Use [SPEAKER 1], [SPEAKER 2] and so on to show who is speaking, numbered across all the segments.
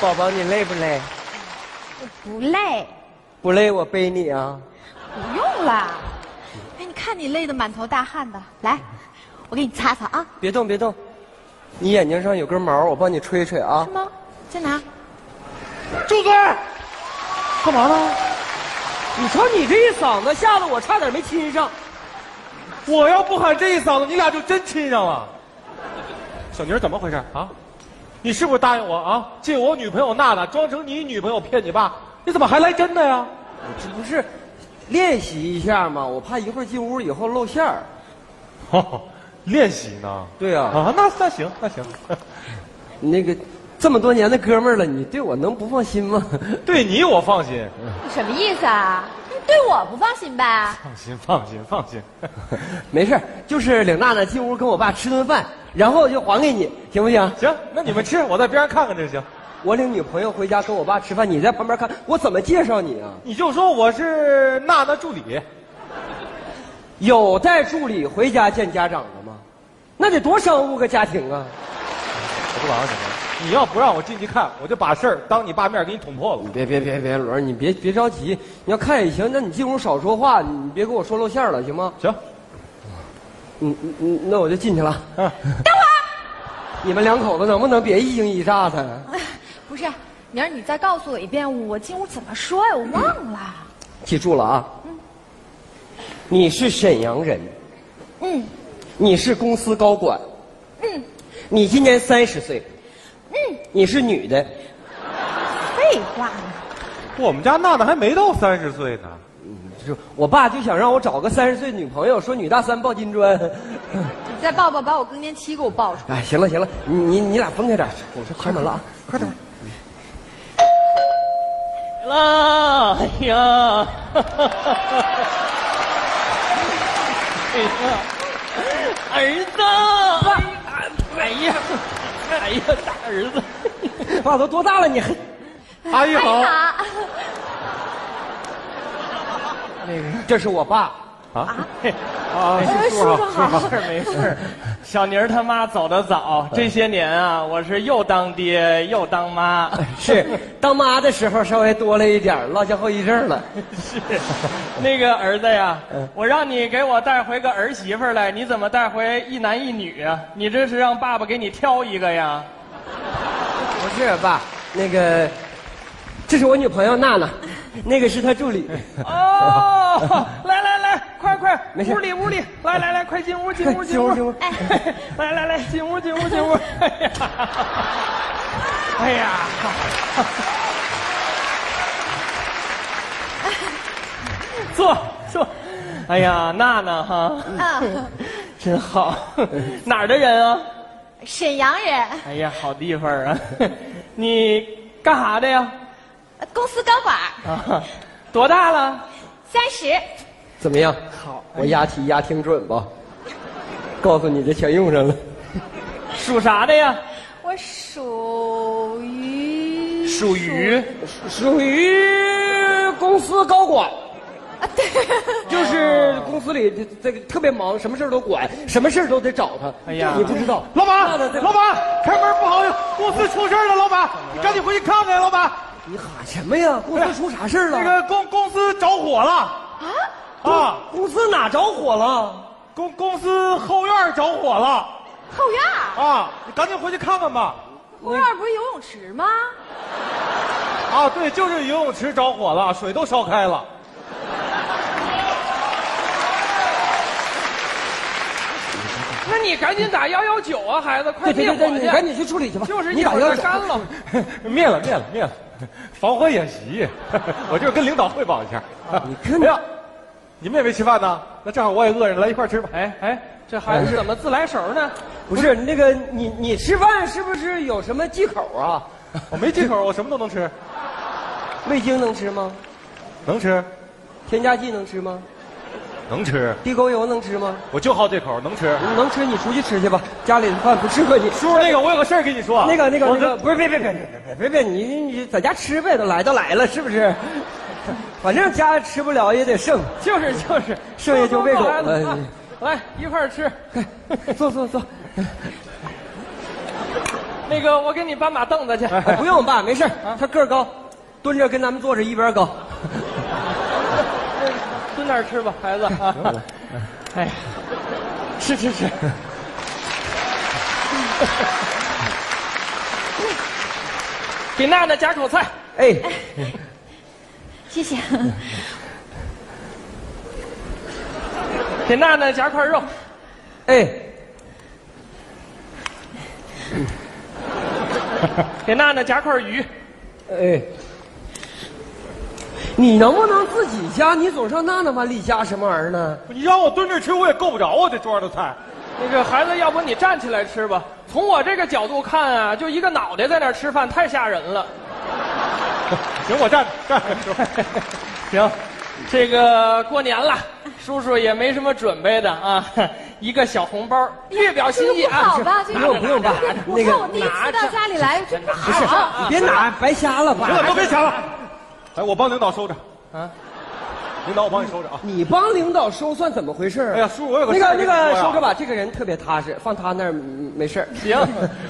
[SPEAKER 1] 宝宝，你累不累？
[SPEAKER 2] 不累，
[SPEAKER 1] 不累，我背你啊。
[SPEAKER 2] 不用啦。哎，你看你累得满头大汗的，来，我给你擦擦啊。
[SPEAKER 1] 别动，别动。你眼睛上有根毛，我帮你吹吹啊
[SPEAKER 2] 是。吗？在哪？
[SPEAKER 1] 住嘴！干嘛呢？你瞧你这一嗓子，吓得我差点没亲上。
[SPEAKER 3] 我要不喊这一嗓子，你俩就真亲上了。小妮儿怎么回事啊？你是不是答应我啊，借我女朋友娜娜装成你女朋友骗你爸？你怎么还来真的呀？
[SPEAKER 1] 这不是练习一下吗？我怕一会儿进屋以后露馅儿。
[SPEAKER 3] 哦， 练习呢？
[SPEAKER 1] 对啊
[SPEAKER 3] 啊，那那行，那 行。
[SPEAKER 1] 你那个这么多年的哥们儿了，你对我能不放心吗？
[SPEAKER 3] 对你我放心，
[SPEAKER 2] 你什么意思啊？你对我不放心呗？
[SPEAKER 3] 放心，放心，放心。
[SPEAKER 1] 没事儿，就是领娜娜进屋跟我爸吃顿饭，然后就还给你，行不行？
[SPEAKER 3] 行，那你们吃，我在边上看看就行。
[SPEAKER 1] 我领女朋友回家跟我爸吃饭，你在旁边看，我怎么介绍你啊？
[SPEAKER 3] 你就说我是娜娜助理，
[SPEAKER 1] 有带助理回家见家长的吗？那得多商务个家庭啊！
[SPEAKER 3] 我不管你了。你要不让我进去看，我就把事儿当你爸面给你捅破了
[SPEAKER 1] 你。别别别别，伦儿，你别别着急，你要看也行，那你进屋少说话，你别给我说露馅儿了，行吗？
[SPEAKER 3] 行，
[SPEAKER 1] 嗯嗯嗯，那我就进去了。
[SPEAKER 3] 嗯，
[SPEAKER 1] 你们两口子能不能别一惊一乍的？
[SPEAKER 2] 不是，明儿你再告诉我一遍，我进屋怎么说呀？我忘了。
[SPEAKER 1] 记住了啊，你是沈阳人，
[SPEAKER 2] 嗯
[SPEAKER 1] 你是公司高管，
[SPEAKER 2] 嗯，
[SPEAKER 1] 你今年三十岁，
[SPEAKER 2] 嗯，
[SPEAKER 1] 你是女的，
[SPEAKER 2] 废话呢。
[SPEAKER 3] 我们家娜娜还没到三十岁呢。
[SPEAKER 1] 就我爸就想让我找个三十岁女朋友，说女大三抱金砖。
[SPEAKER 2] 你再抱抱，把我更年期给我抱出来。
[SPEAKER 1] 哎，行了行了，你你你俩分开点儿，我这开门了啊。
[SPEAKER 4] 啦呀！哎呀，儿子！哎呀，哎呀，大儿子！
[SPEAKER 1] 爸都多大了，你还
[SPEAKER 3] 阿姨
[SPEAKER 1] 哎
[SPEAKER 3] 好
[SPEAKER 2] 好。
[SPEAKER 1] 这是我爸。
[SPEAKER 3] 啊啊，
[SPEAKER 2] 哎叔
[SPEAKER 3] 叔
[SPEAKER 2] 叔
[SPEAKER 3] 好，
[SPEAKER 2] 好
[SPEAKER 3] 叔好，
[SPEAKER 4] 没事，小妮儿她妈走得早，这些年啊，我是又当爹又当妈。
[SPEAKER 1] 是当妈的时候稍微多了一点儿落下后遗症了。
[SPEAKER 4] 是，那个儿子呀，我让你给我带回个儿媳妇儿来，你怎么带回一男一女啊？你这是让爸爸给你挑一个呀？
[SPEAKER 1] 不是爸，那个，这是我女朋友娜娜，那个是她助理。
[SPEAKER 4] 哦，来来来，快快，
[SPEAKER 1] 没事
[SPEAKER 4] 屋里屋里，来来来，快进屋进屋
[SPEAKER 1] 快进 屋
[SPEAKER 4] 进
[SPEAKER 1] 进屋
[SPEAKER 4] 屋，哎， 来来来，进屋进屋进屋，哎呀，哎呀， 坐坐，哎呀，娜娜哈，
[SPEAKER 2] 嗯，
[SPEAKER 4] 真 好，哪儿的人啊？
[SPEAKER 2] 沈阳人，
[SPEAKER 4] 哎呀，好地方啊， 你干啥的呀？
[SPEAKER 2] 呃公司高管，
[SPEAKER 4] 啊，多大了？
[SPEAKER 2] 三十。
[SPEAKER 1] 怎么样？
[SPEAKER 4] 好
[SPEAKER 1] 我押题押挺准吧？告诉你，这全用上了。
[SPEAKER 4] 属啥的呀？
[SPEAKER 2] 我属于
[SPEAKER 4] 属鱼。
[SPEAKER 1] 属于公司高管，
[SPEAKER 2] 啊，对，
[SPEAKER 1] 就是公司里这个特别忙，什么事儿都管，什么事儿都得找他。
[SPEAKER 4] 哎呀
[SPEAKER 1] 你不知道，
[SPEAKER 3] 老
[SPEAKER 1] 娜
[SPEAKER 3] 板
[SPEAKER 1] 娜在，
[SPEAKER 3] 老板，开门不好，公司出事儿了，老板，你赶紧回去看看，老板，
[SPEAKER 1] 你喊什么呀？公司出啥事儿了？
[SPEAKER 4] 哎
[SPEAKER 3] 那个公公司着火了，啊啊，
[SPEAKER 1] 公司哪着火了？
[SPEAKER 3] 公公司后院着火了，
[SPEAKER 2] 后院儿，
[SPEAKER 3] 啊，你赶紧回去看看吧，
[SPEAKER 2] 后院儿不是游泳池吗？
[SPEAKER 3] 啊，对，就是游泳池着火了，水都烧开了，
[SPEAKER 4] 那你赶紧打幺幺九啊，孩子，快
[SPEAKER 1] 对对
[SPEAKER 4] 灭
[SPEAKER 1] 对
[SPEAKER 4] 火
[SPEAKER 1] 对，
[SPEAKER 4] 去！
[SPEAKER 1] 你赶紧去处理去吧。
[SPEAKER 4] 就是
[SPEAKER 1] 你
[SPEAKER 4] 一
[SPEAKER 1] 打
[SPEAKER 4] 会
[SPEAKER 1] 幺
[SPEAKER 4] 儿
[SPEAKER 1] 幺
[SPEAKER 4] 就
[SPEAKER 1] 九。
[SPEAKER 4] 干了。
[SPEAKER 3] 灭了，灭了，灭了， 防火演习， 我就是跟领导汇报一下，
[SPEAKER 1] 你看
[SPEAKER 3] 哎呀，你们也没吃饭呢，那正好我也饿着，来一块儿吃吧，
[SPEAKER 4] 哎哎，这孩子怎么自来熟呢？
[SPEAKER 1] 不是那个你你吃饭是不是有什么忌口啊？
[SPEAKER 3] 我没忌口，我什么都能吃，
[SPEAKER 1] 味精能吃吗？
[SPEAKER 3] 能吃，
[SPEAKER 1] 添加剂能吃吗？
[SPEAKER 3] 能吃，
[SPEAKER 1] 地沟油能吃吗？嗯
[SPEAKER 3] 我就好这口，能吃。
[SPEAKER 1] 能吃你出去吃去吧，家里的饭不适合你。
[SPEAKER 3] 叔，那个我有个事儿跟你说，
[SPEAKER 1] 那个那个
[SPEAKER 3] 我
[SPEAKER 1] 那个，不是别别别别别别别，你你在家吃呗，都来都来了，是不是？ 反正家吃不了也得 剩，
[SPEAKER 4] 就是就是，
[SPEAKER 1] 剩下就喂狗了
[SPEAKER 4] 走走走孩子 啊来一块儿吃。
[SPEAKER 1] 坐坐坐。
[SPEAKER 4] 那个，我给你搬把凳子去。
[SPEAKER 1] 哎不用，爸，没事儿，
[SPEAKER 3] 啊
[SPEAKER 1] 他个儿高，蹲着跟咱们坐着一边儿 高。
[SPEAKER 4] 蹲那儿吃吧，孩子啊。哎呀，吃吃吃。给娜娜夹口菜，
[SPEAKER 1] 哎，
[SPEAKER 2] 谢谢。
[SPEAKER 4] 给娜娜夹块肉。
[SPEAKER 1] 哎，
[SPEAKER 4] 给娜娜夹块鱼，
[SPEAKER 1] 哎，你能不能自己夹？你总上娜娜碗里夹什么玩意儿呢？
[SPEAKER 3] 你让我蹲着吃，我也够不着啊，这桌上的菜。
[SPEAKER 4] 那个孩子，要不你站起来吃吧？从我这个角度看啊，就一个脑袋在那儿吃饭，太吓人了。
[SPEAKER 3] 行，我站着站着吃。
[SPEAKER 4] 行，这个过年了，叔叔也没什么准备的啊，一个小红包，略表心意啊。
[SPEAKER 2] 这个不 好吧？这个
[SPEAKER 1] 不用不用爸
[SPEAKER 2] 我
[SPEAKER 1] 那个
[SPEAKER 2] 看我第一次到家 里来，这不
[SPEAKER 1] 不是，
[SPEAKER 2] 好啊。
[SPEAKER 1] 你别拿，白瞎了
[SPEAKER 3] 行了，
[SPEAKER 1] 吧？
[SPEAKER 3] 都别抢了。哎，我帮领导收着。
[SPEAKER 4] 啊
[SPEAKER 3] 啊，领导，我帮你收着啊。
[SPEAKER 1] 你帮领导收算怎么回事？
[SPEAKER 3] 哎呀，，叔，我有个
[SPEAKER 1] 那
[SPEAKER 3] 事儿
[SPEAKER 1] 个
[SPEAKER 3] 跟
[SPEAKER 1] 那
[SPEAKER 3] 你说
[SPEAKER 1] 个
[SPEAKER 3] 呀
[SPEAKER 1] 收着吧，这个人特别踏实，放他那儿嗯没事儿。
[SPEAKER 4] 行，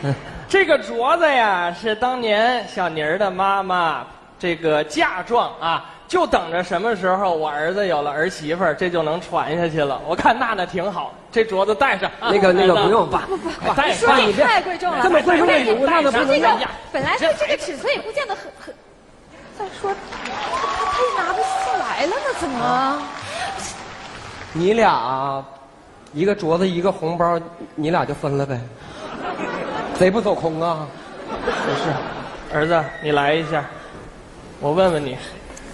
[SPEAKER 4] 这个镯子呀是当年小妮儿的妈妈这个嫁妆啊，就等着什么时候我儿子有了儿媳妇儿，这就能传下去了。我看娜娜挺好，这镯子戴上。啊
[SPEAKER 1] 那个那个
[SPEAKER 4] 儿子
[SPEAKER 1] 不用，爸，
[SPEAKER 4] 哎戴
[SPEAKER 2] 说
[SPEAKER 4] 上。
[SPEAKER 1] 你
[SPEAKER 2] 这
[SPEAKER 1] 这
[SPEAKER 2] 太贵重了，
[SPEAKER 1] 这么贵重的礼物，
[SPEAKER 4] 戴
[SPEAKER 1] 娜
[SPEAKER 4] 上
[SPEAKER 1] 娜不能
[SPEAKER 2] 这
[SPEAKER 1] 要
[SPEAKER 2] 个。本来说这个尺寸也不见得很很。再说，他他他也拿不下来了呢，怎么？
[SPEAKER 1] 啊你俩啊一个镯子一个红包，你俩就分了 呗，贼不走空啊！
[SPEAKER 4] 儿子，你来一下，我问问你，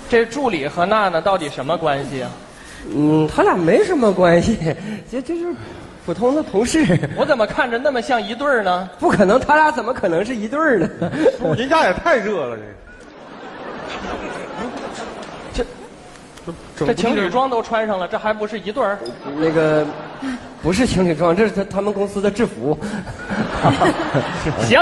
[SPEAKER 4] 这助理和娜娜到底什么关系啊？
[SPEAKER 1] 嗯，他俩没什么关系， 这这就是普通的同事，
[SPEAKER 4] 我怎么看着那么像一对儿呢？
[SPEAKER 1] 不可能，他俩怎么可能是一对 儿呢？哦
[SPEAKER 3] 叔，您家也太热了，这
[SPEAKER 4] 这
[SPEAKER 3] 个。
[SPEAKER 4] 这情侣装都穿上了，这还不是一对儿？
[SPEAKER 1] 那个不是情侣装，这是他他们公司的制 服。
[SPEAKER 4] 行，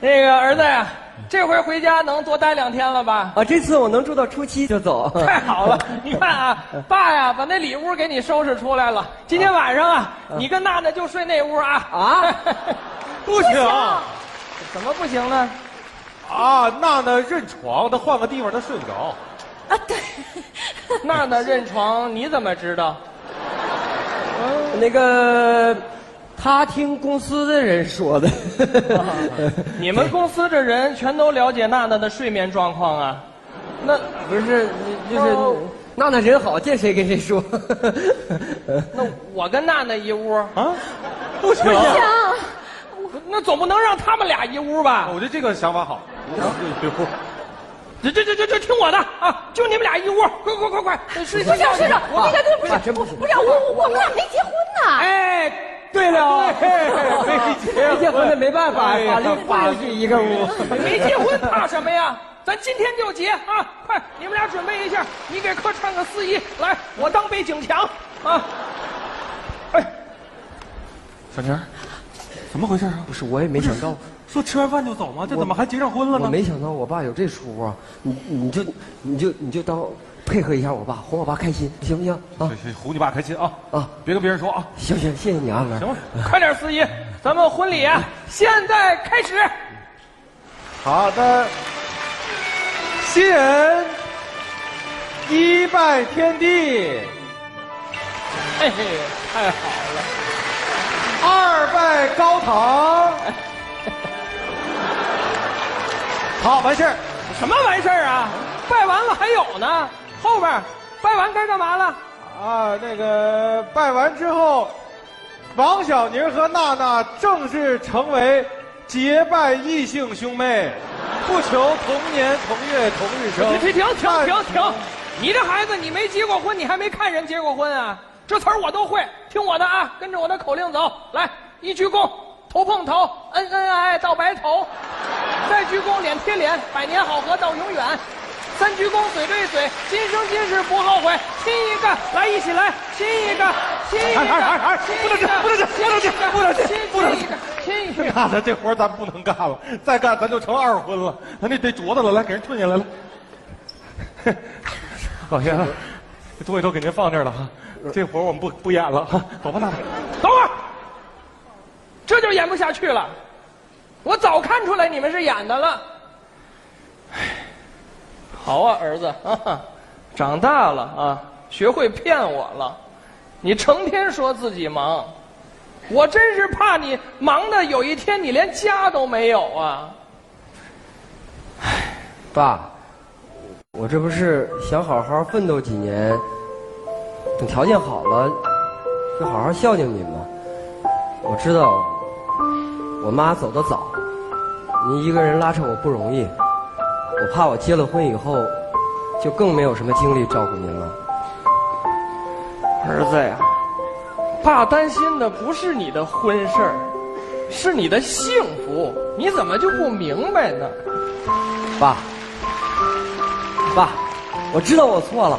[SPEAKER 4] 那个儿子呀，这回回家能多待两天了吧？
[SPEAKER 1] 啊，这次我能住到初七就 走。
[SPEAKER 4] 太好了，你看啊，爸呀，把那里屋给你收拾出来了。今天晚上啊，你跟娜娜就睡那屋啊。
[SPEAKER 1] 啊，
[SPEAKER 3] 不行
[SPEAKER 4] 怎么不行呢？
[SPEAKER 3] 啊！娜娜认床，她换个地方她睡不着。
[SPEAKER 2] 啊，对，
[SPEAKER 4] 娜娜认床，你怎么知道？
[SPEAKER 1] 那个他听公司的人说的。啊
[SPEAKER 4] 你们公司这人全都了解娜娜的睡眠状况啊？那
[SPEAKER 1] 不是，就是
[SPEAKER 4] 哦
[SPEAKER 1] 娜娜人好，见谁跟谁说。
[SPEAKER 4] 那我跟娜娜一屋，
[SPEAKER 3] 啊，不行！
[SPEAKER 2] 不行，
[SPEAKER 4] 那总不能让他们俩一屋吧
[SPEAKER 3] 我？觉得这个想法好。哎我
[SPEAKER 4] 这这这这这听我的啊！就你们俩一屋，快快快快， 睡
[SPEAKER 2] 不行，
[SPEAKER 4] 睡觉去
[SPEAKER 2] 社长，
[SPEAKER 4] 我
[SPEAKER 2] 那个对不
[SPEAKER 1] 啊真不
[SPEAKER 2] 起，
[SPEAKER 1] 行
[SPEAKER 2] 不是我我我们俩没结婚呢。
[SPEAKER 4] 哎，
[SPEAKER 1] 对了，
[SPEAKER 3] 没啊结
[SPEAKER 1] 没 结婚的没办法，
[SPEAKER 3] 哎
[SPEAKER 1] 法
[SPEAKER 3] 呀
[SPEAKER 1] 律不允许一个屋。
[SPEAKER 4] 没结婚怕什么呀？咱今天就结啊！快，你们俩准备一下，你给科穿个司仪，来，我当背景墙啊！
[SPEAKER 3] 小宁儿，怎么回事啊？
[SPEAKER 1] 不是，我也没想 到，
[SPEAKER 3] 说吃完饭就走吗？这怎么还结上婚了
[SPEAKER 1] 我
[SPEAKER 3] 呢？
[SPEAKER 1] 没想到我爸有这出啊！你你就你就你就当配合一下我爸，哄我爸开心，行不行啊
[SPEAKER 3] 行，？行哄你爸开心啊
[SPEAKER 1] 啊
[SPEAKER 3] 啊！别跟别人说啊。
[SPEAKER 1] 行行，谢谢你啊，
[SPEAKER 3] 行
[SPEAKER 1] 文。
[SPEAKER 3] 吧。
[SPEAKER 4] 快点，司仪，咱们婚礼啊，现在开始。哎
[SPEAKER 3] 好的，新人一拜天地，
[SPEAKER 4] 嘿嘿，哎太好了。
[SPEAKER 3] 二拜高堂。 好，完事儿。
[SPEAKER 4] 什么完事儿啊？拜完了还有呢，后边儿拜完该干嘛了？
[SPEAKER 3] 啊，那个拜完之后，王小宁和娜娜正式成为结拜异性兄妹，不求同年同月同日生。
[SPEAKER 4] 停停停停
[SPEAKER 3] 但
[SPEAKER 4] 停停！你这孩子，你没结过婚，你还没看人结过婚啊？这词儿我都会，听我的啊，跟着我的口令走。来，一鞠躬，头碰头，恩恩爱爱到白头；再鞠躬，脸贴脸，百年好合到永远；三鞠躬，嘴对嘴，今生今世不后悔。亲一个，来一起来，亲一个，亲一个，
[SPEAKER 3] 哎哎哎哎
[SPEAKER 4] 亲一
[SPEAKER 3] 不能这
[SPEAKER 4] 个
[SPEAKER 3] 不能这不能这不能这
[SPEAKER 4] 亲一个
[SPEAKER 3] 不能这
[SPEAKER 4] 亲一个，亲一个。
[SPEAKER 3] 娜娜这活儿咱不能干了，再干咱就成二婚了。咱这得镯子了，来给人吞下来了。 老先生，这东西都给您放这儿了哈，这活儿我们不不 演了哈，走吧，娜娜。
[SPEAKER 4] 等会儿，这就演不下去了。我早看出来你们是演的了。好啊，儿子啊，长大了啊，学会骗我了。你成天说自己忙，我真是怕你忙的有一天你连家都没有啊。
[SPEAKER 1] 爸，我这不是想好好奋斗几年，等条件好了，就好好孝敬您吗？我知道，我妈走得早，您一个人拉扯我不容易，我怕我结了婚以后，就更没有什么精力照顾您了。
[SPEAKER 4] 儿子呀，爸担心的不是你的婚事儿，是你的幸福。你怎么就不明白呢？
[SPEAKER 1] 爸，爸，我知道我错了，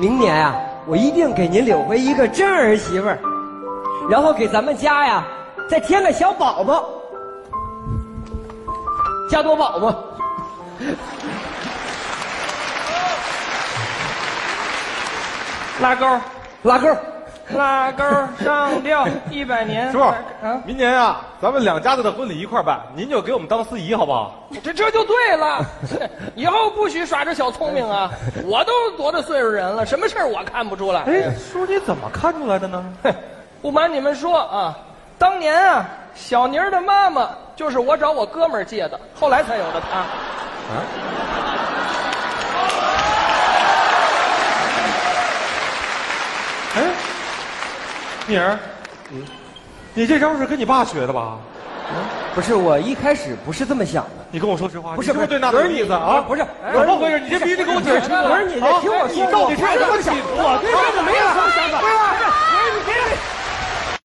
[SPEAKER 1] 明年呀、我一定给您领回一个真儿媳妇儿，然后给咱们家呀再添个小宝宝，加多宝宝。
[SPEAKER 4] 拉钩，
[SPEAKER 1] 拉钩儿，
[SPEAKER 4] 拉钩上吊一百年。
[SPEAKER 3] 叔，
[SPEAKER 4] 啊，
[SPEAKER 3] 明年啊，咱们两家子的婚礼一块儿办，您就给我们当司仪好不好？
[SPEAKER 4] 这这就对了， 以后不许耍这小聪明啊！我都多大岁数人了，什么事儿我看不出来。
[SPEAKER 3] 哎，叔你怎么看出来的呢？
[SPEAKER 4] 不瞒你们说啊，当年啊，小妮儿的妈妈就是我找我哥们儿借的，后来才有的她。
[SPEAKER 3] 啊，哎，敏儿，你这招是跟你爸学的吧？
[SPEAKER 1] 不是我一开始不是这么想的，
[SPEAKER 3] 你跟我说实话，
[SPEAKER 1] 不
[SPEAKER 3] 你
[SPEAKER 1] 是
[SPEAKER 3] 是不是对那
[SPEAKER 1] 不是
[SPEAKER 3] 个意思啊？
[SPEAKER 1] 不是
[SPEAKER 3] 怎么回事？你这必须得给我解释
[SPEAKER 4] 不
[SPEAKER 3] 啊！
[SPEAKER 4] 是
[SPEAKER 1] 你得听我说
[SPEAKER 3] 你到底是
[SPEAKER 1] 我不是
[SPEAKER 3] 什么想法？
[SPEAKER 1] 我对这个没有什么想法。